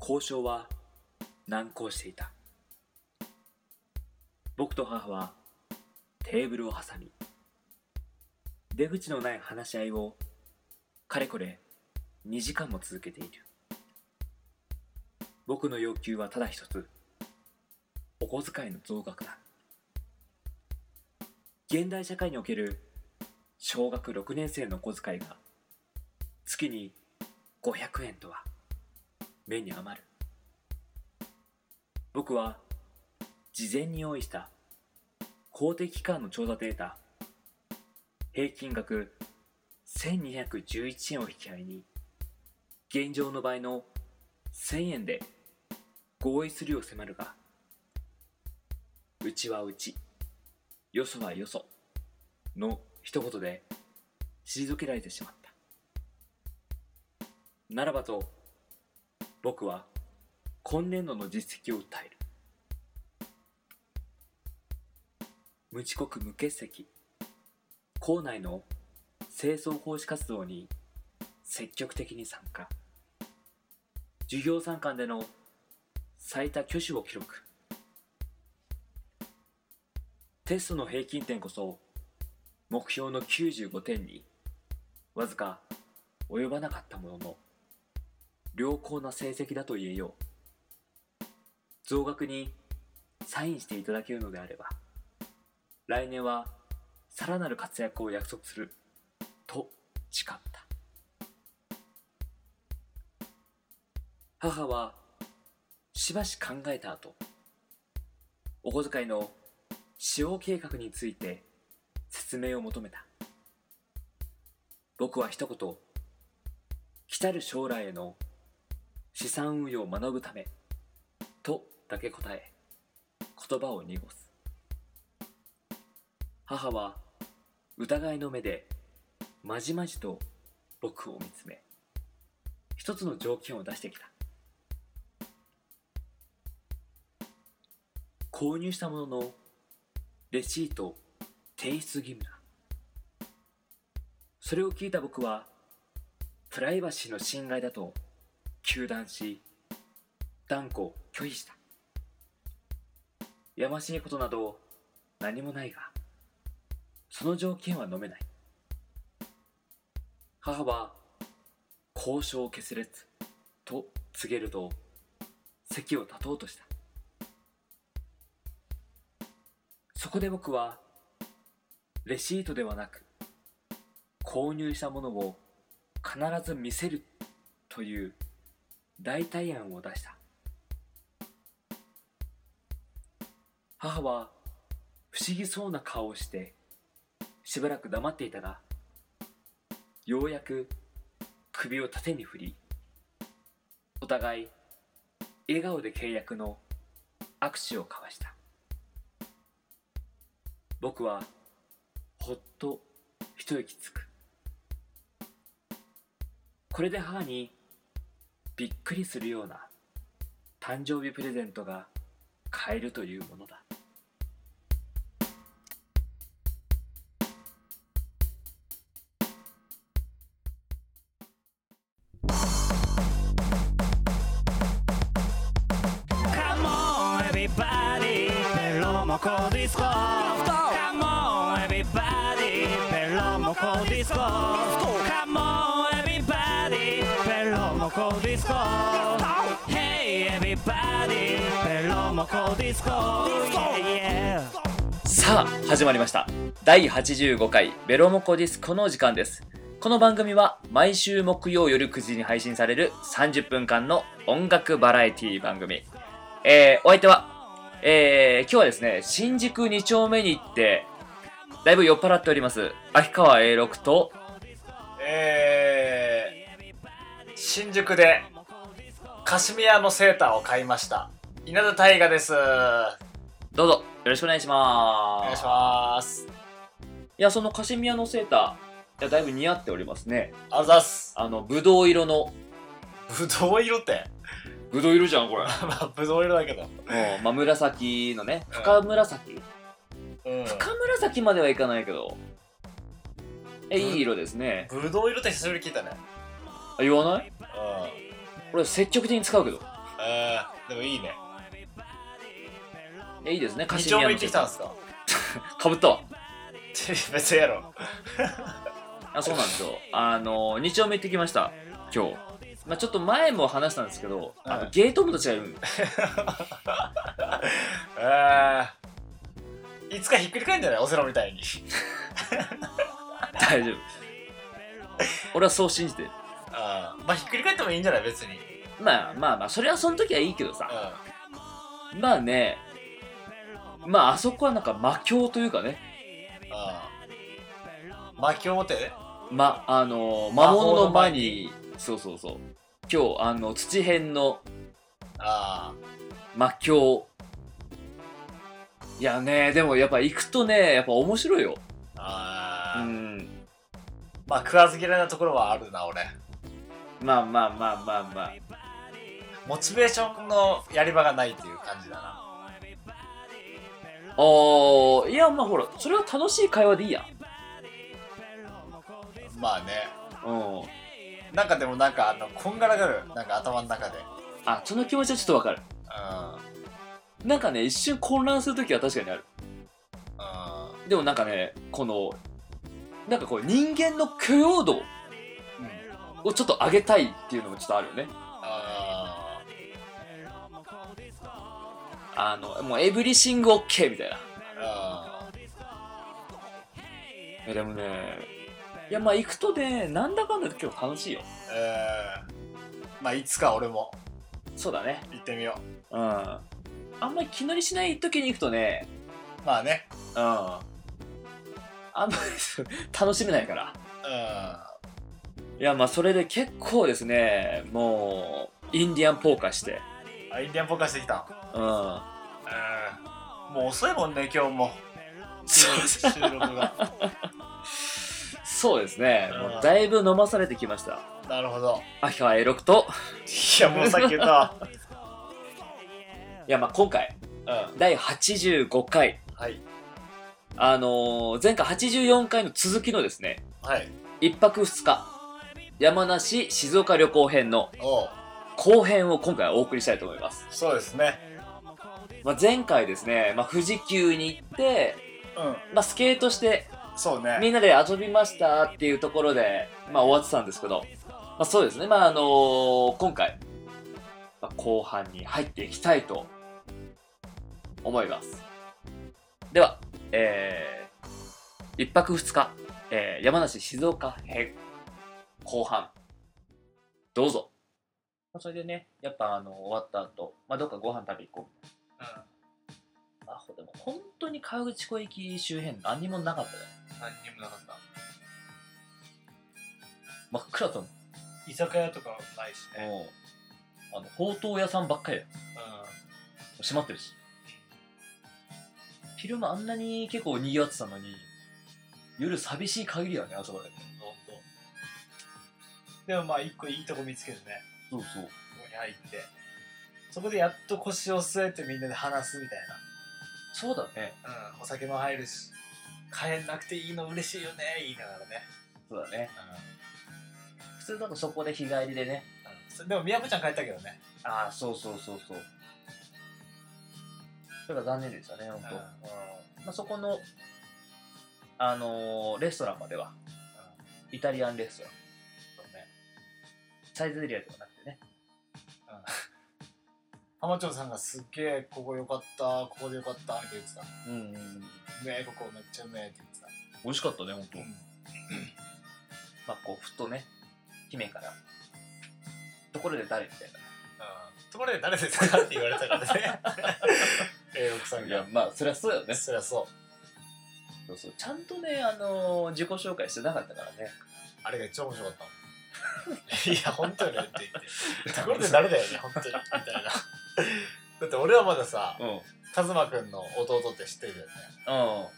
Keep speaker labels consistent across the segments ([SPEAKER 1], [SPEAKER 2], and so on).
[SPEAKER 1] 交渉は難航していた僕と母はテーブルを挟み出口のない話し合いをかれこれ2時間も続けている僕の要求はただ一つお小遣いの増額だ現代社会における小学6年生のお小遣いが月に500円とは目に余る僕は事前に用意した公的機関の調査データ平均額1211円を引き合いに現状の場合の1000円で合意するよう迫るがうちはうちよそはよその一言で退けられてしまったならばと僕は今年度の実績を訴える無遅刻無欠席校内の清掃奉仕活動に積極的に参加授業参観での最多挙手を記録テストの平均点こそ目標の95点にわずか及ばなかったものの良好な成績だと言えよう増額にサインしていただけるのであれば来年はさらなる活躍を約束すると誓った母はしばし考えた後お小遣いの使用計画について説明を求めた僕は一言来たる将来への資産運用を学ぶためとだけ答え言葉を濁す母は疑いの目でまじまじと僕を見つめ一つの条件を出してきた購入したもののレシート提出義務だそれを聞いた僕はプライバシーの侵害だと糾弾し断固拒否したやましいことなど何もないがその条件は飲めない母は交渉決裂と告げると席を立とうとしたそこで僕はレシートではなく購入したものを必ず見せるという代替案を出した母は不思議そうな顔をしてしばらく黙っていたがようやく首を縦に振りお互い笑顔で契約の握手を交わした僕はほっと一息つくこれで母にびっくりするような誕生日プレゼントが買えるというものださあ始まりました第85回ベロモコディスコの時間ですこの番組は毎週木曜夜9時に配信される30分間の音楽バラエティ番組えー、お相手はえー、今日はですね、新宿2丁目に行って、だいぶ酔っ払っております、秋川栄六と、
[SPEAKER 2] えー、新宿で、カシミヤのセーターを買いました。稲田大我です。
[SPEAKER 1] どうぞ、よろしくお願いします。
[SPEAKER 2] お願いします。
[SPEAKER 1] いや、そのカシミヤのセーター、いや、だいぶ似合っておりますね。
[SPEAKER 2] あざす。
[SPEAKER 1] あの、ぶどう色の。
[SPEAKER 2] ぶどう色って
[SPEAKER 1] ぶどう色じゃんこれ
[SPEAKER 2] まあぶどう色だけど
[SPEAKER 1] まあ紫のね深紫、うん、深紫まではいかないけどえいい色ですね
[SPEAKER 2] ぶどう色って久しぶり聞いたね
[SPEAKER 1] あ言わない、うん、俺積極的に使うけど
[SPEAKER 2] でもいいね
[SPEAKER 1] いやいいですねカ
[SPEAKER 2] 2
[SPEAKER 1] シ
[SPEAKER 2] 丁
[SPEAKER 1] ミ
[SPEAKER 2] 目
[SPEAKER 1] ヤの
[SPEAKER 2] 行っ
[SPEAKER 1] セー
[SPEAKER 2] てきたん
[SPEAKER 1] タ
[SPEAKER 2] です か
[SPEAKER 1] ーかぶったわ
[SPEAKER 2] 別やろ
[SPEAKER 1] あそうなんですよあの2丁目行ってきました今日まあちょっと前も話したんですけど、あ
[SPEAKER 2] う
[SPEAKER 1] の
[SPEAKER 2] ん
[SPEAKER 1] ゲート友達がいるんです
[SPEAKER 2] あーいつかひっくり返るんじゃないオセロみたいに
[SPEAKER 1] 大丈夫俺はそう信じてる
[SPEAKER 2] あーまあひっくり返ってもいいんじゃない別に
[SPEAKER 1] まあまあまあそれはその時はいいけどさ
[SPEAKER 2] う
[SPEAKER 1] まあねまああそこはなんか魔境というかね
[SPEAKER 2] んあー魔境ってね
[SPEAKER 1] まあのー
[SPEAKER 2] 魔
[SPEAKER 1] 魔
[SPEAKER 2] 法
[SPEAKER 1] 物
[SPEAKER 2] の
[SPEAKER 1] の
[SPEAKER 2] 前
[SPEAKER 1] 前
[SPEAKER 2] に
[SPEAKER 1] にそうそうそう今日あの土辺の
[SPEAKER 2] あ
[SPEAKER 1] 魔境いやねでもやっぱ行くとねやっぱ面白いよ
[SPEAKER 2] ーあ
[SPEAKER 1] う
[SPEAKER 2] ー、
[SPEAKER 1] ん
[SPEAKER 2] まあ食わず嫌いなところはあるな俺
[SPEAKER 1] まあまあまあまあまあ
[SPEAKER 2] モチベーションのやり場がないっていう感じだな
[SPEAKER 1] おーいやまあほらそれは楽しい会話でいいや
[SPEAKER 2] まあね
[SPEAKER 1] うん
[SPEAKER 2] なんかでもなんかあのこんがらがるなんか頭の中で
[SPEAKER 1] あその気持ちはちょっとわかる
[SPEAKER 2] う
[SPEAKER 1] なんかね一瞬混乱するときは確かにある
[SPEAKER 2] んうん
[SPEAKER 1] でもなんかねこのなんかこう人間の許容度
[SPEAKER 2] うん
[SPEAKER 1] をちょっと上げたいっていうのもちょっとあるよね
[SPEAKER 2] あ
[SPEAKER 1] あのもうエブリシングオッケーみたいな
[SPEAKER 2] ーうん
[SPEAKER 1] えでもねいやまあ行くとねなんだかんだで今日楽しいよ
[SPEAKER 2] えーまあいつか俺も
[SPEAKER 1] そうだね
[SPEAKER 2] 行ってみよ
[SPEAKER 1] うんあんまり気乗りしない時に行くとね
[SPEAKER 2] うまあね
[SPEAKER 1] うんあんまり 楽しめないから
[SPEAKER 2] う
[SPEAKER 1] いやまあそれで結構ですねもうインディアンポーカーして
[SPEAKER 2] んあインディアンポーカーしてきた
[SPEAKER 1] うん
[SPEAKER 2] うんもう遅いもんね今日も
[SPEAKER 1] そう
[SPEAKER 2] 収録が
[SPEAKER 1] そうですね
[SPEAKER 2] うん
[SPEAKER 1] もうだいぶ飲まされてきました
[SPEAKER 2] なるほど
[SPEAKER 1] 秋葉 A6 と
[SPEAKER 2] いやもうさっき言ったわ
[SPEAKER 1] いやまあ今回
[SPEAKER 2] うん
[SPEAKER 1] 第85回
[SPEAKER 2] はい
[SPEAKER 1] あのー前回84回の続きのですね
[SPEAKER 2] はい
[SPEAKER 1] 1泊2日山梨静岡旅行編の
[SPEAKER 2] おう
[SPEAKER 1] 後編を今回お送りしたいと思います、
[SPEAKER 2] そうですね
[SPEAKER 1] まあ、前回ですね、まあ、富士急に行って、
[SPEAKER 2] うん
[SPEAKER 1] まあ、スケートして
[SPEAKER 2] そうね
[SPEAKER 1] みんなで遊びましたっていうところで、まあ、終わってたんですけど、まあ、そうですね、まああのー今回、まあ後半に入っていきたいと思いますでは、えー、1泊2日、えー山梨静岡編後半どうぞ、まあ、それでねやっぱあの終わった後、まあどっかご飯食べ行こう
[SPEAKER 2] うん
[SPEAKER 1] あほでも本当に川口湖駅周辺何もなかったね
[SPEAKER 2] 何にもなかった
[SPEAKER 1] 真っ暗だったもん
[SPEAKER 2] 居酒屋とかもないしね
[SPEAKER 1] うんあのほうとう屋さんばっかりだよ
[SPEAKER 2] う
[SPEAKER 1] 閉まってるし昼間あんなに結構賑わってたのに夜寂しい限りだねあそこで
[SPEAKER 2] んほんとでもまあ一個いいとこ見つけるね
[SPEAKER 1] そうそう
[SPEAKER 2] ここに入ってそこでやっと腰を据えてみんなで話すみたい
[SPEAKER 1] そうだね
[SPEAKER 2] な、うん、お酒も入るし帰んなくていいの嬉しいよね言いながらね、
[SPEAKER 1] そうだね普通だとそこで日帰りでね
[SPEAKER 2] うん、でもみやこちゃん帰ったけどね
[SPEAKER 1] ああそうそうそうそうそれが残念でしたね本当、
[SPEAKER 2] うん
[SPEAKER 1] まあ、そこのあのーレストランまではイタリアンレストラン
[SPEAKER 2] そうね
[SPEAKER 1] サイズエリアではなくてね
[SPEAKER 2] 浜町さんがすっげえここ良かったここで良かったって言ってたう
[SPEAKER 1] うんうんうん
[SPEAKER 2] めえここめっちゃうめえって言ってた
[SPEAKER 1] 美味しかったね本当
[SPEAKER 2] うん
[SPEAKER 1] まあ、こう、ふとね、姫から、ところで誰みたいな
[SPEAKER 2] ところで誰ですかって言われたから ねえー奥さん
[SPEAKER 1] ね。
[SPEAKER 2] が、
[SPEAKER 1] まあ、そりゃそうよね。
[SPEAKER 2] そりゃそう
[SPEAKER 1] そうそう。ちゃんとね、あのー自己紹介してなかったからね。
[SPEAKER 2] あれが一番面白かった もんいや本当よねって言ってところで誰だよね本当にみたいなだって俺はまださ
[SPEAKER 1] うん。うん。
[SPEAKER 2] 和真くんの弟って知ってるよね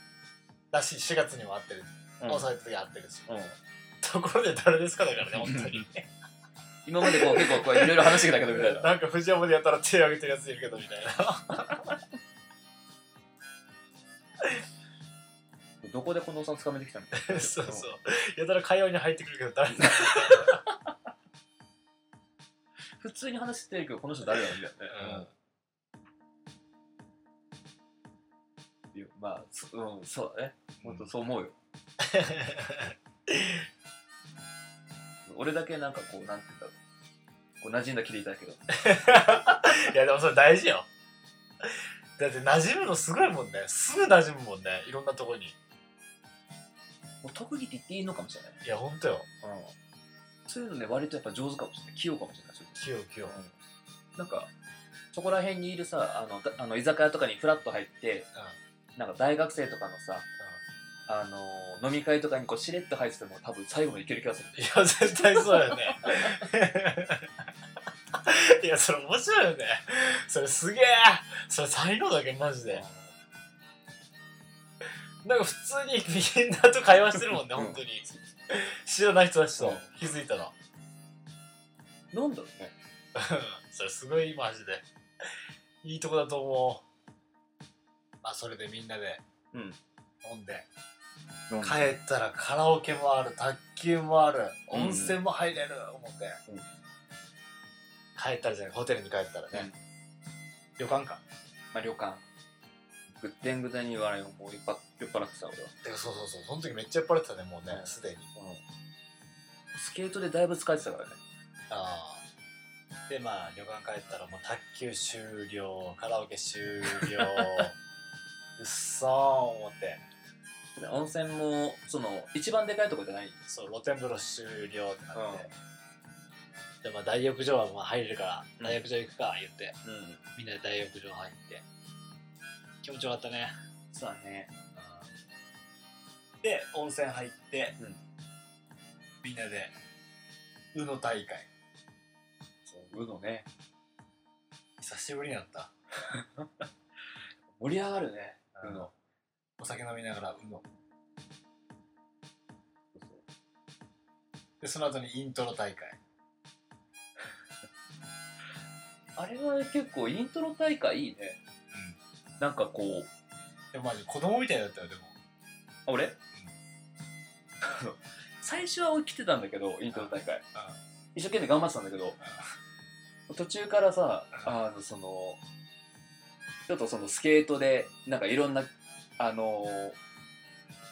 [SPEAKER 2] だし4月にも会ってる
[SPEAKER 1] うん
[SPEAKER 2] 大阪行った時会ってるし、
[SPEAKER 1] うん
[SPEAKER 2] ところで誰ですかだからね本当に
[SPEAKER 1] 今までこう、結構、こう、いろいろ話してきたけど、みたいな。
[SPEAKER 2] なんか藤山でやったら手挙げてるやついるけどみたいな
[SPEAKER 1] どこでこのおさん掴めてきたの
[SPEAKER 2] そうそうやたら会話に入ってくるけど誰だ
[SPEAKER 1] 普通に話してるけど、この人誰だろうみたいなね。
[SPEAKER 2] うん
[SPEAKER 1] まあそうんそうだね本当そう思う よ、俺だけなんかこうなんて言うんだろうこう馴染んだ気でいた けど
[SPEAKER 3] いやでもそれ大事よだって馴染むのすごいもんねすぐ馴染むもんねいろんなとこにい
[SPEAKER 1] もう特技って言っていいのかもしれない、
[SPEAKER 3] やほんとよ
[SPEAKER 1] そういうのね割とやっぱ上手かもしれない器用かもしれないそういうの
[SPEAKER 3] 器用器用
[SPEAKER 1] なんかそこら辺にいるさあのだあの居酒屋とかにフラッと入ってなんか大学生とかのさあの飲み会とかにこうしれっと入ってても多分最後までいける気がする
[SPEAKER 3] いや絶対そうよね いやそれ面白いよねそれすげえそれ才能だけどマジでなんか普通にみんなと会話してるもんね
[SPEAKER 1] うん
[SPEAKER 3] 本当に知らない人たちと
[SPEAKER 1] うん
[SPEAKER 3] 気づいたら
[SPEAKER 1] なんだろうね
[SPEAKER 3] それすごいマジでいいとこだと思うまあそれでみんなで
[SPEAKER 1] うん
[SPEAKER 3] 飲んで
[SPEAKER 4] 飲んで
[SPEAKER 3] 帰ったらカラオケもある卓球もある
[SPEAKER 1] うん
[SPEAKER 3] 温泉も入れる思って、
[SPEAKER 1] うん
[SPEAKER 3] 帰ったらじゃないホテルに帰ったらね、旅館か
[SPEAKER 1] まあ旅館ぐってんぐてんに笑いをもう酔っぱ酔っ払ってた俺は
[SPEAKER 3] てかそうそうそうその時めっちゃ酔っ払ってたねもうね
[SPEAKER 1] うん
[SPEAKER 3] すでに
[SPEAKER 1] スケートでだいぶ疲れてたからね
[SPEAKER 3] ああでまあ旅館帰ったらもう卓球終了カラオケ終了 うっそー思って
[SPEAKER 1] で温泉もその一番でかいとこじゃない
[SPEAKER 3] そう露天風呂終了ってなって、でまあ大浴場はまあ入れるから、
[SPEAKER 1] うん
[SPEAKER 3] 大浴場行くか言って
[SPEAKER 1] うん
[SPEAKER 3] みんなで大浴場入って気持ちよかったね
[SPEAKER 1] そうだね
[SPEAKER 3] で温泉入って、
[SPEAKER 1] うん
[SPEAKER 3] みんなで宇野大会
[SPEAKER 1] そううのね
[SPEAKER 3] 久しぶりになった、
[SPEAKER 1] 盛り上がるね
[SPEAKER 3] う
[SPEAKER 1] う
[SPEAKER 3] の
[SPEAKER 1] の
[SPEAKER 3] お酒飲みながら宇野でその後にイントロ大会
[SPEAKER 1] あれは結構イントロ大会いいねなんかこう
[SPEAKER 3] でもマジ子供みたいだったよでも
[SPEAKER 1] あ俺、 あの最初は起きてたんだけどイントロ大会一生懸命頑張ってたんだけど途中からさあのそのちょっとそのスケートでなんかいろんなあの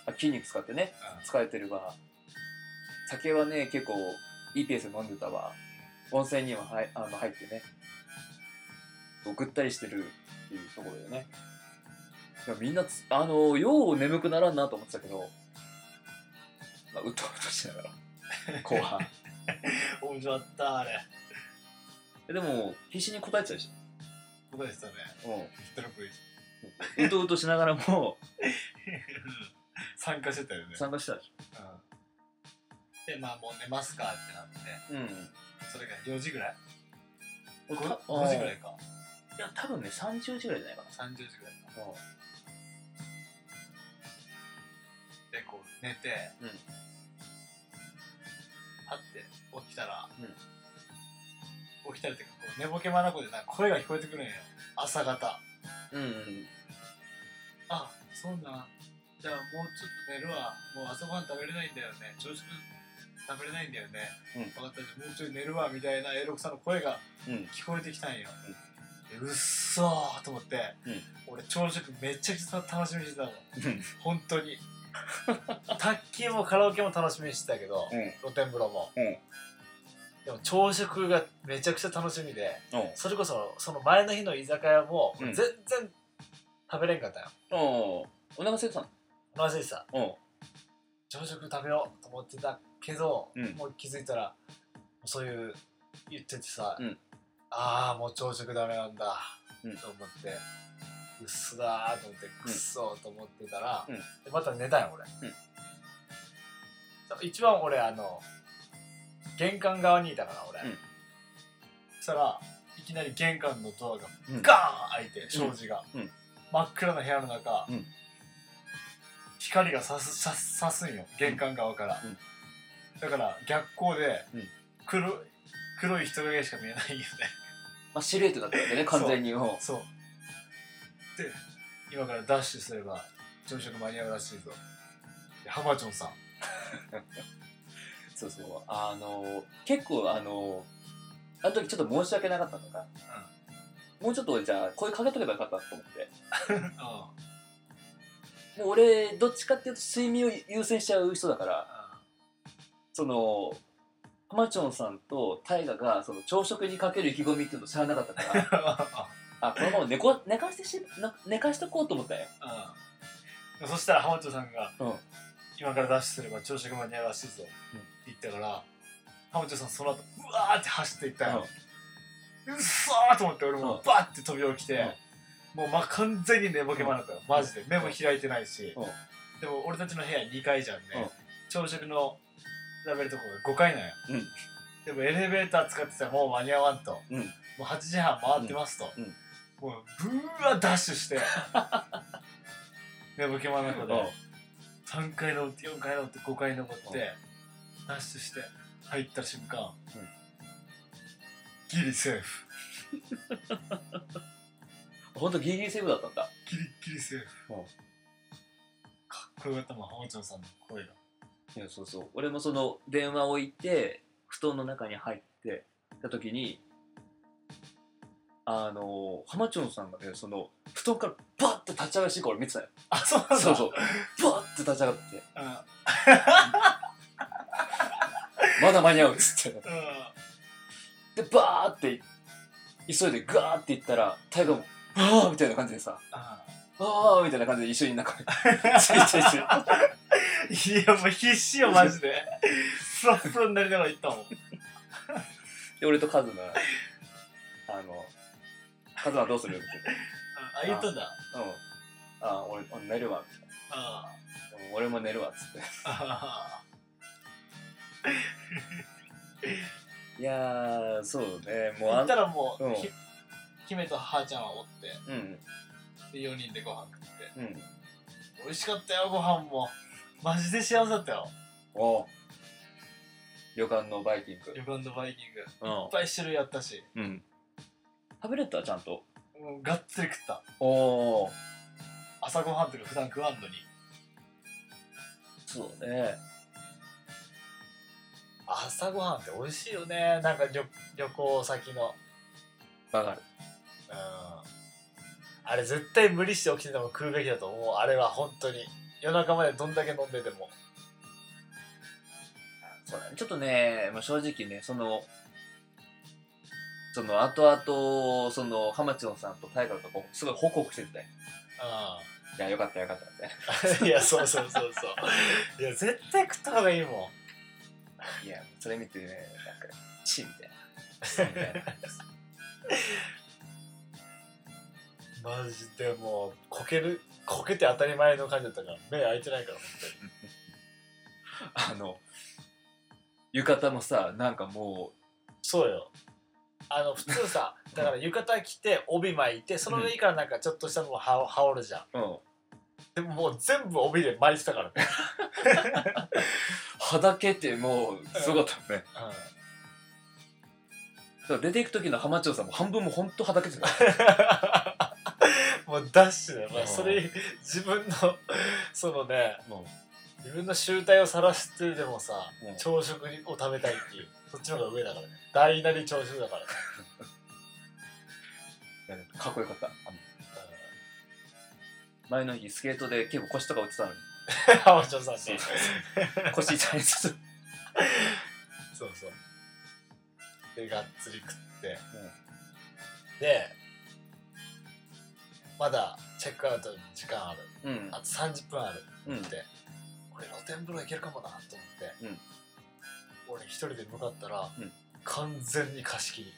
[SPEAKER 1] あ筋肉使ってね疲れてるわ酒はね結構いいペースで飲んでたわ温泉にもはいあの入ってねぐったりしてるっていうところでねいやみんなつあのよう眠くならんなと思ってたけど、まあ、うとうとしな がら後半
[SPEAKER 3] うん面白かったあれ
[SPEAKER 1] でも必死に答えてたでし
[SPEAKER 3] ことでしたね
[SPEAKER 1] ょ、
[SPEAKER 3] 一人っ子で
[SPEAKER 1] うとうとしながらも
[SPEAKER 3] 参加してたよね、
[SPEAKER 1] 参加してたでし
[SPEAKER 3] でまあもう寝ますかってなって
[SPEAKER 1] ょ、うん
[SPEAKER 3] それが4時ぐらい
[SPEAKER 1] 俺た
[SPEAKER 3] 5時ぐらい
[SPEAKER 1] い
[SPEAKER 3] か
[SPEAKER 1] や多分ね30時ぐらいじゃないかな
[SPEAKER 3] 30時ぐらいかでこう寝て、
[SPEAKER 1] うん
[SPEAKER 3] はって起きたら、
[SPEAKER 1] う
[SPEAKER 3] 起きたらっていうかこう寝ぼけまなこでなんか声が聞こえてくるんよ朝方
[SPEAKER 1] うん、うん
[SPEAKER 3] あそうなんじゃあもうちょっと寝るわもう朝ごはん食べれないんだよね朝食食べれないんだよね、
[SPEAKER 1] うん
[SPEAKER 3] 分かったじゃあもうちょい寝るわみたいな A6 さんの声が
[SPEAKER 1] うん
[SPEAKER 3] 聞こえてきたんよ、うっそーと思って、
[SPEAKER 1] うん
[SPEAKER 3] 俺朝食めちゃくちゃ楽しみにしてたもん
[SPEAKER 1] うん
[SPEAKER 3] 本当に卓球もカラオケも楽しみにしてたけど、
[SPEAKER 1] うん
[SPEAKER 3] 露天風呂も、
[SPEAKER 1] うん
[SPEAKER 3] でも朝食がめちゃくちゃ楽しみで
[SPEAKER 1] うん
[SPEAKER 3] それこそその前の日の居酒屋も
[SPEAKER 1] うん
[SPEAKER 3] 全然食べれんかったよ、
[SPEAKER 1] お腹すいてたの
[SPEAKER 3] まずいさ
[SPEAKER 1] お
[SPEAKER 3] 朝食食べようと思ってたけど、
[SPEAKER 1] うん
[SPEAKER 3] もう気づいたらそういう言っててさ、
[SPEAKER 1] うん
[SPEAKER 3] ああもう朝食ダメなんだ
[SPEAKER 1] うん
[SPEAKER 3] と思って、うっすだーと思ってくっそーと思ってたら、
[SPEAKER 1] うん
[SPEAKER 3] でまた寝たよ俺、
[SPEAKER 1] うん
[SPEAKER 3] そう一番俺あの玄関側にいたから俺、
[SPEAKER 1] うん
[SPEAKER 3] そしたらいきなり玄関のドアが
[SPEAKER 1] うん
[SPEAKER 3] ガーン開いて障子が、
[SPEAKER 1] うんうん
[SPEAKER 3] 真っ暗な部屋の中、
[SPEAKER 1] うん
[SPEAKER 3] 光がさすさすさすんよ玄関側から、
[SPEAKER 1] うん
[SPEAKER 3] だから逆光で
[SPEAKER 1] うん
[SPEAKER 3] 黒い黒い人影しか見えないよね
[SPEAKER 1] まあ、シルエットだったわけね完全におう
[SPEAKER 3] そうで今からダッシュすれば朝食間に合うらしいぞでハマチョンさん
[SPEAKER 1] そうそうあの結構あのあの時ちょっと申し訳なかったのか、 もうちょっとじゃあ声かけとけばよかったと思って
[SPEAKER 3] あ
[SPEAKER 1] もう俺どっちかっていうと睡眠を優先しちゃう人だからその浜町さんと大我がその朝食にかける意気込みっていうのを知らなかったから あこのまま寝こ寝かしてしな寝かしとこうと思ったよ
[SPEAKER 3] うんそしたら浜町さんが、
[SPEAKER 1] うん
[SPEAKER 3] 今からダッシュすれば朝食間に合うらしいぞ」
[SPEAKER 1] うん
[SPEAKER 3] って言ったから浜町さんその後うわーって走っていったよ、うっそーと思って俺
[SPEAKER 1] う
[SPEAKER 3] も
[SPEAKER 1] ん
[SPEAKER 3] バッて飛び起きて、もうま完全に寝ぼけまなったよマジで目も開いてないし、
[SPEAKER 1] うん
[SPEAKER 3] でも俺たちの部屋2階じゃんね、
[SPEAKER 1] うん
[SPEAKER 3] 朝食の食べるとこが5階なんよ、
[SPEAKER 1] うん
[SPEAKER 3] でもエレベーター使ってたらもう間に合わんと、
[SPEAKER 1] うん
[SPEAKER 3] もう8時半回ってますと、
[SPEAKER 1] うんうん
[SPEAKER 3] もうブワーダッシュして 寝ぼけまなこで、3階登って4階登って5階登って、ダッシュして入った瞬間、
[SPEAKER 1] うん
[SPEAKER 3] ギリセーフ
[SPEAKER 1] 本当ギリギリセーフだったんだ
[SPEAKER 3] ギリギリセーフ、
[SPEAKER 1] うん
[SPEAKER 3] かっこよかったもん浜ちゃんさんの声が
[SPEAKER 1] いやそうそう俺もその電話を置いて布団の中に入ってた時にあの浜町さんがねその布団からバッと立ち上がるシーンから俺見 てたよ
[SPEAKER 3] あそうなんだ
[SPEAKER 1] そうそうバッと立ち上がって
[SPEAKER 3] うんうん
[SPEAKER 1] まだ間に合うっつってでバーって急いでガーって行ったら大河も「ああ」みたいな感じでさ
[SPEAKER 3] あ
[SPEAKER 1] 「ああ」みたいな感じで一緒になんかついていて
[SPEAKER 3] いやもう必死よマジでプロプロになりながら行ったもん
[SPEAKER 1] で俺とカズマあの「カズマどうする?」みたい
[SPEAKER 3] あ言ったんだ
[SPEAKER 1] な「うんああ俺俺寝るわ」みたいな
[SPEAKER 3] あ
[SPEAKER 1] うん俺も寝るわっつっ
[SPEAKER 3] あ
[SPEAKER 1] ていやーそうねもう
[SPEAKER 3] 行
[SPEAKER 1] あ
[SPEAKER 3] っ
[SPEAKER 1] ん
[SPEAKER 3] たらもう、
[SPEAKER 1] うん
[SPEAKER 3] ひ姫と母ちゃんはおって
[SPEAKER 1] うん
[SPEAKER 3] で4人でご飯食って
[SPEAKER 1] うん
[SPEAKER 3] 美味しかったよご飯もマジで幸せだったよ
[SPEAKER 1] おう旅館のバイキング
[SPEAKER 3] 旅館のバイキングいっ
[SPEAKER 1] う
[SPEAKER 3] ぱい種類あったし
[SPEAKER 1] ん、うん、食べれたちゃんと
[SPEAKER 3] もうがっつり食った
[SPEAKER 1] おお
[SPEAKER 3] 朝ごはんとか普段食わんのに
[SPEAKER 1] そうね
[SPEAKER 3] 朝ごはんって美味しいよねなんか旅旅行先の
[SPEAKER 1] わかる
[SPEAKER 3] うんあれ絶対無理して起きてでも食うべきだと思うあれは本当に夜中までどんだけ飲んでても
[SPEAKER 1] そうだねちょっとね、まあ、正直ねそのその後々その浜地さんと大河とかもすごい報告してたよいやよかったよかったみたい
[SPEAKER 3] うん いやそうそうそうそういや絶対食った方がいいもん
[SPEAKER 1] ないやそれ見てねなんかチンみたいなチンみたいな
[SPEAKER 3] マジでもうこけるこけて当たり前の感じだったから目開いてないから本
[SPEAKER 1] あの浴衣もさなんかも
[SPEAKER 3] 当にそうよあの普通さだから浴衣着て帯巻いてその上からなんかちょっとしたのも羽羽織るじゃん
[SPEAKER 1] う、うん、
[SPEAKER 3] でももう全部帯で巻いてたからね、
[SPEAKER 1] 裸気ってもうすごかったね、
[SPEAKER 3] うん
[SPEAKER 1] そう出ていく時の浜町さんも半分も本当裸気じゃない
[SPEAKER 3] もうダッシュだよ、ま
[SPEAKER 1] う
[SPEAKER 3] あ、
[SPEAKER 1] ん
[SPEAKER 3] それ自分のそのね
[SPEAKER 1] も
[SPEAKER 3] 自分の集大を晒してでもさ、
[SPEAKER 1] うん
[SPEAKER 3] 朝食を食べたいって いうそっちの方が上だからね大なり朝食だからね、
[SPEAKER 1] うかっこよかったあの前の日スケートで結構腰とか打ってたのに
[SPEAKER 3] うん 浜ちゃんさんね
[SPEAKER 1] そう腰痛いやつ、
[SPEAKER 3] そうそうでがっつり食ってでまだチェックアウトに時間ある
[SPEAKER 1] うん
[SPEAKER 3] あと30分ある
[SPEAKER 1] うん
[SPEAKER 3] って、俺露天風呂行けるかもなと思って、
[SPEAKER 1] うん
[SPEAKER 3] 俺一人で向かったら、
[SPEAKER 1] うん
[SPEAKER 3] 完全に貸し切り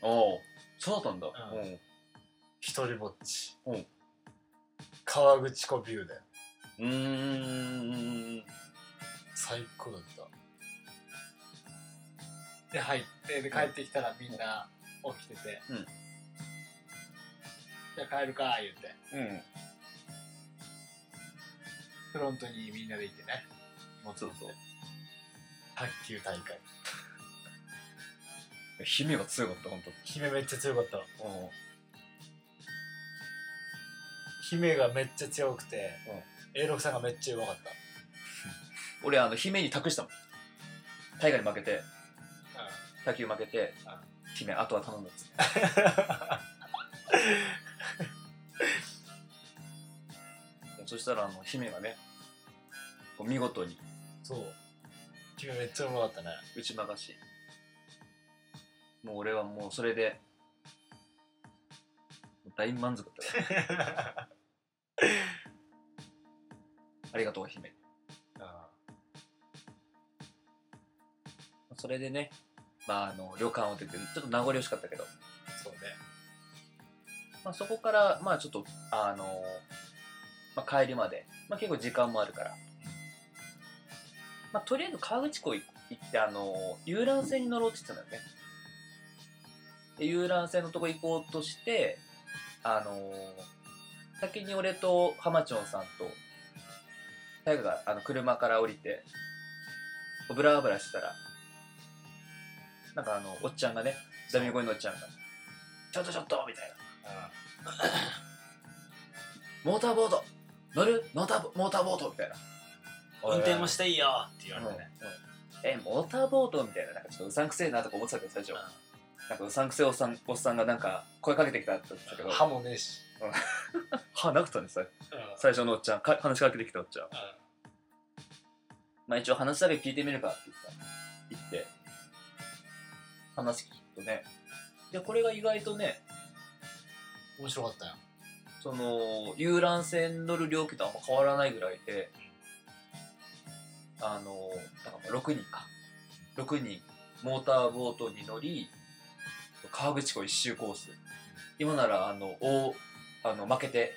[SPEAKER 1] おおそうだったんだ、
[SPEAKER 3] うん一人ぼっち、
[SPEAKER 1] うん
[SPEAKER 3] 川口湖ビューで
[SPEAKER 1] うんうーん
[SPEAKER 3] 最高だったで入ってで帰ってきたらみんな起きてて、
[SPEAKER 1] うん
[SPEAKER 3] じゃあ帰るか言って
[SPEAKER 1] うん
[SPEAKER 3] フロントにみんなで行ってね
[SPEAKER 1] そうそう
[SPEAKER 3] 卓球大会
[SPEAKER 1] 姫が強かった本当
[SPEAKER 3] 姫めっちゃ強かった
[SPEAKER 1] うん
[SPEAKER 3] 姫がめっちゃ強くて、永六さんがめっちゃ弱かっ
[SPEAKER 1] 俺あの姫に託したもん大河に負けて
[SPEAKER 3] た、
[SPEAKER 1] 卓球負けて、姫あとは頼んだっ つってそしたらあの姫がねこう見事に
[SPEAKER 3] そう君めっちゃうまかったね
[SPEAKER 1] 打ち負かしもう俺はもうそれで大満足だったよありがとう姫
[SPEAKER 3] あ
[SPEAKER 1] それでねまああの旅館を出てちょっと名残惜しかったけど、
[SPEAKER 3] あそうね
[SPEAKER 1] まあ、そこからまあちょっとあの、まあ、帰りまで、まあ、結構時間もあるから、まあ、とりあえず河口湖行ってあの遊覧船に乗ろうって言ってたんだよねで遊覧船のとこ行こうとしてあの先に俺と浜町さんと大我があの車から降りてブラブラしてたらなんかあのおっちゃんがねダミ声のおっちゃんが「ちょっとちょっと」みたいな
[SPEAKER 3] あ
[SPEAKER 1] モーターボード乗るモーターボモーターボードみたいな
[SPEAKER 3] 運転もしていいよって言
[SPEAKER 1] う
[SPEAKER 3] わ
[SPEAKER 1] ん
[SPEAKER 3] れ
[SPEAKER 1] う
[SPEAKER 3] て
[SPEAKER 1] ん
[SPEAKER 3] ね、
[SPEAKER 1] えモーターボードみたいななんかちょっとうさんくせえなとか思ってたけど最初なんかうさんくせえおっさんおっさんがなんか声かけてきたって言ってたけど
[SPEAKER 3] 歯もねえし、
[SPEAKER 1] 歯なくたねさ
[SPEAKER 3] うんうん
[SPEAKER 1] 最初のおっちゃんか話しかけてきたおっちゃんまあ一応話だけ聞いてみるかって言った言って話聞くとねでこれが意外とね
[SPEAKER 3] 面白かったよ
[SPEAKER 1] その遊覧船乗る料金とあんま変わらないぐらいであのだからまあ6人か6人モーターボートに乗り河口湖一周コース今ならあの大あの負けて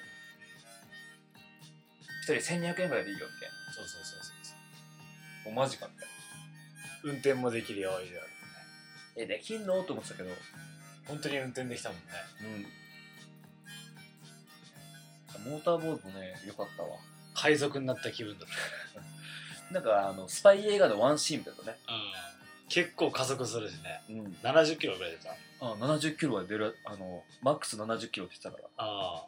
[SPEAKER 1] 1人1200円ぐらいでいいよって
[SPEAKER 3] そうそうそうそう
[SPEAKER 1] もうマジかみたい
[SPEAKER 3] 運転もできるよいろいろね
[SPEAKER 1] なえできんのと思ってたけど
[SPEAKER 3] 本当に運転できたもんね
[SPEAKER 1] うんモーターボートねよかったわ
[SPEAKER 3] 海賊になった気分だっ
[SPEAKER 1] なんかあのスパイ映画のワンシーンみたいなね、
[SPEAKER 3] た、うん、結構加速するしね
[SPEAKER 1] うん、
[SPEAKER 3] 70キロぐらい出た
[SPEAKER 1] あ70キロは出るあのマックス70キロって言ってたから
[SPEAKER 3] あ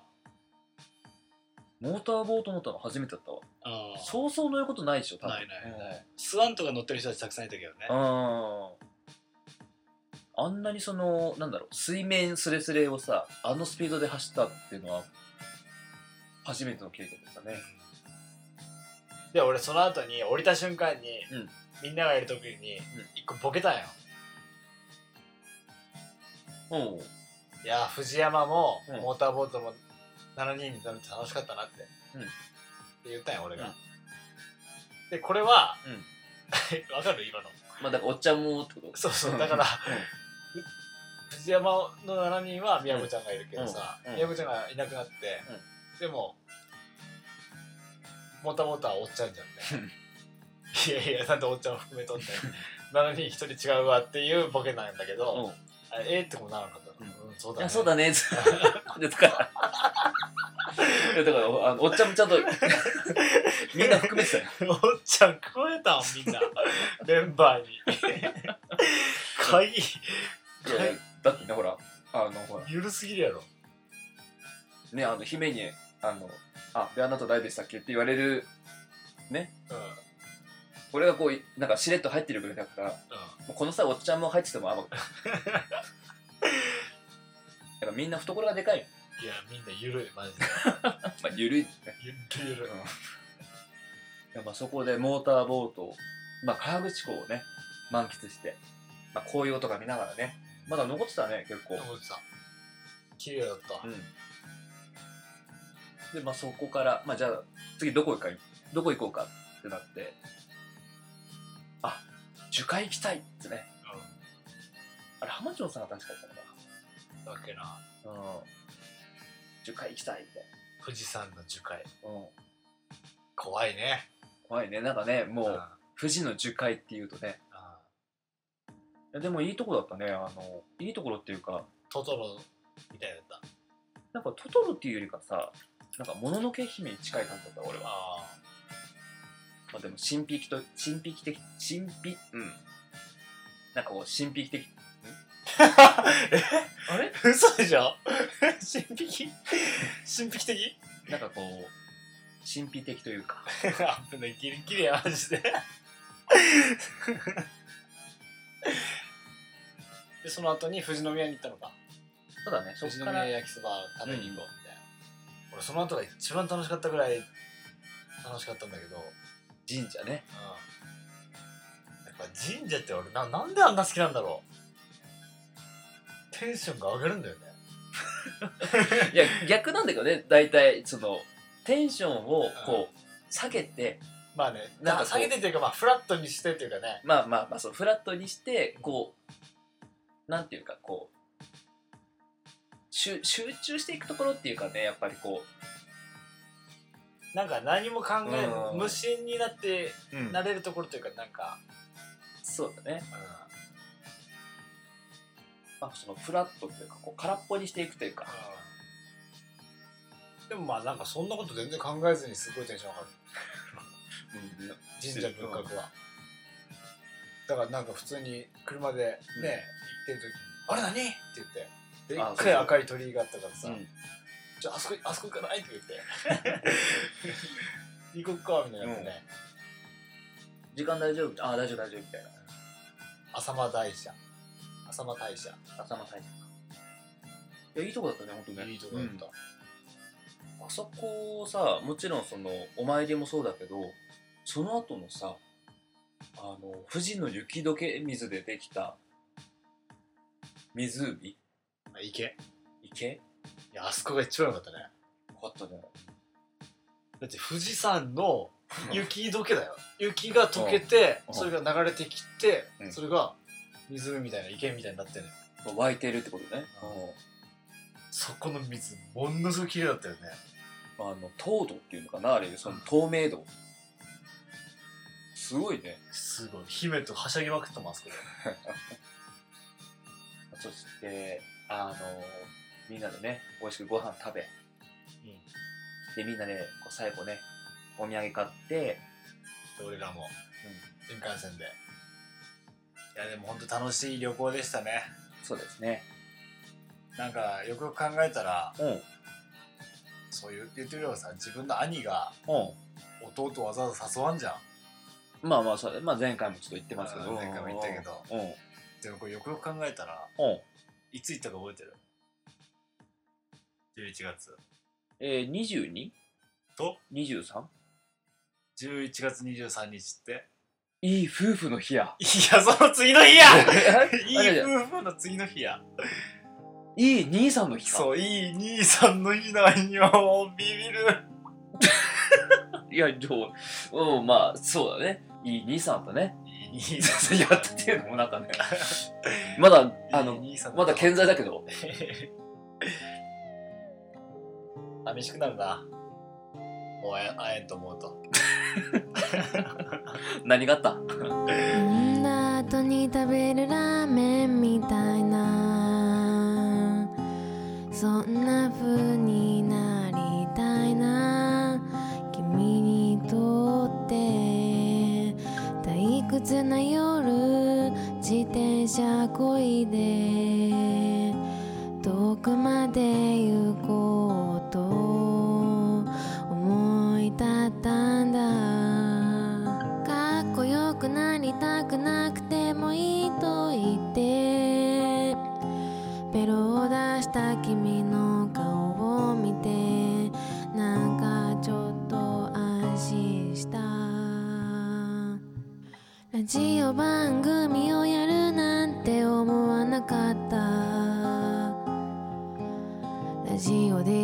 [SPEAKER 1] モーターボート乗ったの初めてだったわ
[SPEAKER 3] あああ
[SPEAKER 1] そうそう乗ることないでしょ多分
[SPEAKER 3] ないないないスワンとか乗ってる人たちたくさんいたけどね
[SPEAKER 1] ああんなにそのなんだろう水面すれすれをさあのスピードで走ったっていうのは初めての経験でしたね
[SPEAKER 3] で俺その後に降りた瞬間に、
[SPEAKER 1] うん
[SPEAKER 3] みんながいる時に一個ボケたんよ
[SPEAKER 1] おう
[SPEAKER 3] いや藤山も、
[SPEAKER 1] うん
[SPEAKER 3] モーターボートも7人に乗って楽しかったなって,、
[SPEAKER 1] うん
[SPEAKER 3] って言ったんよ俺
[SPEAKER 1] う
[SPEAKER 3] が、
[SPEAKER 1] ん
[SPEAKER 3] でこれは、
[SPEAKER 1] うん
[SPEAKER 3] わかる今の
[SPEAKER 1] まあだからおっちゃんもってこと
[SPEAKER 3] そうそうだから藤山の7人は宮子ちゃんがいるけどさ、
[SPEAKER 1] うんうん
[SPEAKER 3] 宮子ちゃんがいなくなって、でももたもたはおっちゃんじゃんねいやいやなんでおっちゃんを含めとって7人1人違うわっていうボケなんだけ
[SPEAKER 1] うん
[SPEAKER 3] ど、
[SPEAKER 1] うん
[SPEAKER 3] あれええってことなのかと、
[SPEAKER 1] う
[SPEAKER 3] うんそう
[SPEAKER 1] い
[SPEAKER 3] だね
[SPEAKER 1] やそうだね でだからいやだからおあのおっちゃんもち ゃんとみんな含めてたよ
[SPEAKER 3] おっちゃん食われたんみんなメンバーに会議
[SPEAKER 1] いやいやだってねほらあのほら
[SPEAKER 3] ゆるすぎるやろ
[SPEAKER 1] ねあの姫にあのあであなた誰でしたっけって言われる
[SPEAKER 3] うんうん
[SPEAKER 1] これがこういなんかしれっと入ってるぐらいだからもうこのさおっちゃんも入ってても あまやっぱみんな懐がでかいよ
[SPEAKER 3] いやみんなゆるいマジで
[SPEAKER 1] まあ緩いね
[SPEAKER 3] ゆるゆる、
[SPEAKER 1] うんやっぱそこでモーターボートをまあ河口湖をね満喫して、まあ、紅葉とか見ながらねまだ残ってたね結構
[SPEAKER 3] 思ってた綺麗だった、
[SPEAKER 1] でまあそこから、まあ、じゃあ次どこ行くかどこ行こうかってなってあ樹海行きたいってねあれ浜城さんが確か言った
[SPEAKER 3] うん、だっけな
[SPEAKER 1] のかなうん樹海行きたいって、
[SPEAKER 3] 富士山の樹海
[SPEAKER 1] うん、
[SPEAKER 3] 怖いね
[SPEAKER 1] 怖いねなんかねも
[SPEAKER 3] ん
[SPEAKER 1] う富士の樹海っていうとね
[SPEAKER 3] ああ
[SPEAKER 1] いやでもいいとこだったねあのいいところっていうか
[SPEAKER 3] トトロみたいだった
[SPEAKER 1] なんかトトロっていうよりかさなんかもののけ姫に近い感じだった俺は、
[SPEAKER 3] あ
[SPEAKER 1] まあ、でも神秘的と神秘的神秘うんなんかこう神秘的 あれ
[SPEAKER 3] あ嘘でしょ 神秘神秘的
[SPEAKER 1] なんかこう神秘的というか
[SPEAKER 3] あぶねギリギリやマジ ででその後に富士宮に行ったのか
[SPEAKER 1] そうだねそ
[SPEAKER 3] 富士
[SPEAKER 1] っから
[SPEAKER 3] 宮焼きそば食べに行こうみたいな、俺その後が一番楽しかったぐらい
[SPEAKER 2] 楽しかったんだけど、
[SPEAKER 1] 神社ね
[SPEAKER 2] やっぱ神社って俺ななんであんな好きなんだろうテンションが上がるんだよね
[SPEAKER 1] いや逆なんだけどね大体そのテンションをこう下げて
[SPEAKER 2] まあね
[SPEAKER 1] なんかこう
[SPEAKER 2] 下げてっていうかまあフラットにしてっていうかね
[SPEAKER 1] まあまあまあそうフラットにしてこうなんていうかこう集集中していくところっていうかねやっぱりこ
[SPEAKER 2] なんか何も考え
[SPEAKER 1] うん
[SPEAKER 2] 無心になって
[SPEAKER 1] う、
[SPEAKER 2] なれるところというかなんか、
[SPEAKER 1] そうだね、まあ、そのフラットっていうかこう空っぽにしていくというか
[SPEAKER 2] でもまあなんかそんなこと全然考えずにすごいテンション上がる神社仏閣はだからなんか普通に車でね、
[SPEAKER 1] うん
[SPEAKER 2] 行ってる時に「あれ何?」って言ってで
[SPEAKER 1] あ
[SPEAKER 2] っかい
[SPEAKER 1] そうそう
[SPEAKER 2] 赤い鳥居があったからさ「
[SPEAKER 1] うん
[SPEAKER 2] じゃああそこあそこ行かない?」って言って 「行こっか」みたいなやつね、
[SPEAKER 1] 時間大丈夫ああ大丈夫大丈夫みたいな
[SPEAKER 2] 浅間大社浅間大社
[SPEAKER 1] 頭最初いやいいとこだったね本当ね
[SPEAKER 2] いいとこだった、
[SPEAKER 1] あそこさもちろんそのお参りもそうだけどその後のさあの富士の雪解け水でできた湖
[SPEAKER 2] まあ、池い
[SPEAKER 1] 池よ
[SPEAKER 2] やあそこが一番良かったね
[SPEAKER 1] かったね
[SPEAKER 2] だって富士山の雪解けだよ雪が溶けて
[SPEAKER 1] うん
[SPEAKER 2] それが流れてきて、
[SPEAKER 1] うん
[SPEAKER 2] それが湖みたいな池みたいになってる
[SPEAKER 1] 湧いてるってことね
[SPEAKER 2] うんそこの水ものすごく綺麗だったよね
[SPEAKER 1] あの糖度っていうのかなあれその透明度すごいね
[SPEAKER 2] すごい姫とはしゃぎまくってますけど
[SPEAKER 1] そしてあのみんなでね美味しくご飯食べでみんなでこう最後ねお土産買って
[SPEAKER 2] で俺らも、新幹線でいやでも本当楽しい旅行でしたね
[SPEAKER 1] そうですね
[SPEAKER 2] なんかよくよく考えたら
[SPEAKER 4] うんうん
[SPEAKER 2] そういう言ってみればさ自分の兄が弟をわざわざ誘わんじゃん
[SPEAKER 4] まあまあそれ、まあ、前回もちょっと言って
[SPEAKER 2] ますけど前回も言ったけど
[SPEAKER 4] うんうん
[SPEAKER 2] でもこれよくよく考えたら
[SPEAKER 4] うん
[SPEAKER 2] いつ行ったか覚えてる ?11 月
[SPEAKER 4] えー、
[SPEAKER 2] と
[SPEAKER 4] 22?23?
[SPEAKER 2] 11月23日って
[SPEAKER 4] いい夫婦の日や
[SPEAKER 2] いやその次の日 やい
[SPEAKER 1] あれ
[SPEAKER 2] い夫婦の次の日や
[SPEAKER 4] いい兄さんの日か
[SPEAKER 2] そういい兄さんの日なんよビビる
[SPEAKER 4] いやでもうんまあそうだねいい兄さんだね い
[SPEAKER 2] いい兄
[SPEAKER 4] いさんやったっていうのもなん かねまだあ
[SPEAKER 2] いい
[SPEAKER 4] の
[SPEAKER 2] 兄さん
[SPEAKER 4] まだ健在だけど
[SPEAKER 2] 寂しくなるなもう会え会えんと思うと
[SPEAKER 4] 何があった
[SPEAKER 5] 飲んだ後に食べるラーメンみたいなそんな風になりたいな君にとって退屈な夜自転車こいで遠くまで行こうと思い立ったんだかっこよくなりたくなくてもいいと言ってベロを出した君の顔を見てなんかちょっと安心したラジオ番組をやるなんて思わなかったラジオで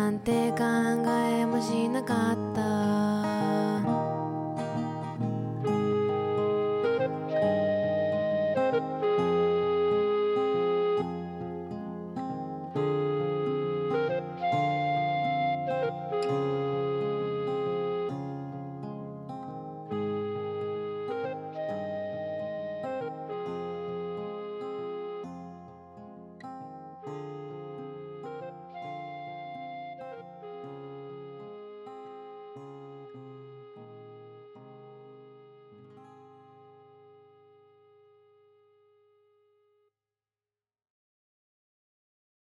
[SPEAKER 5] んて考えもしなかった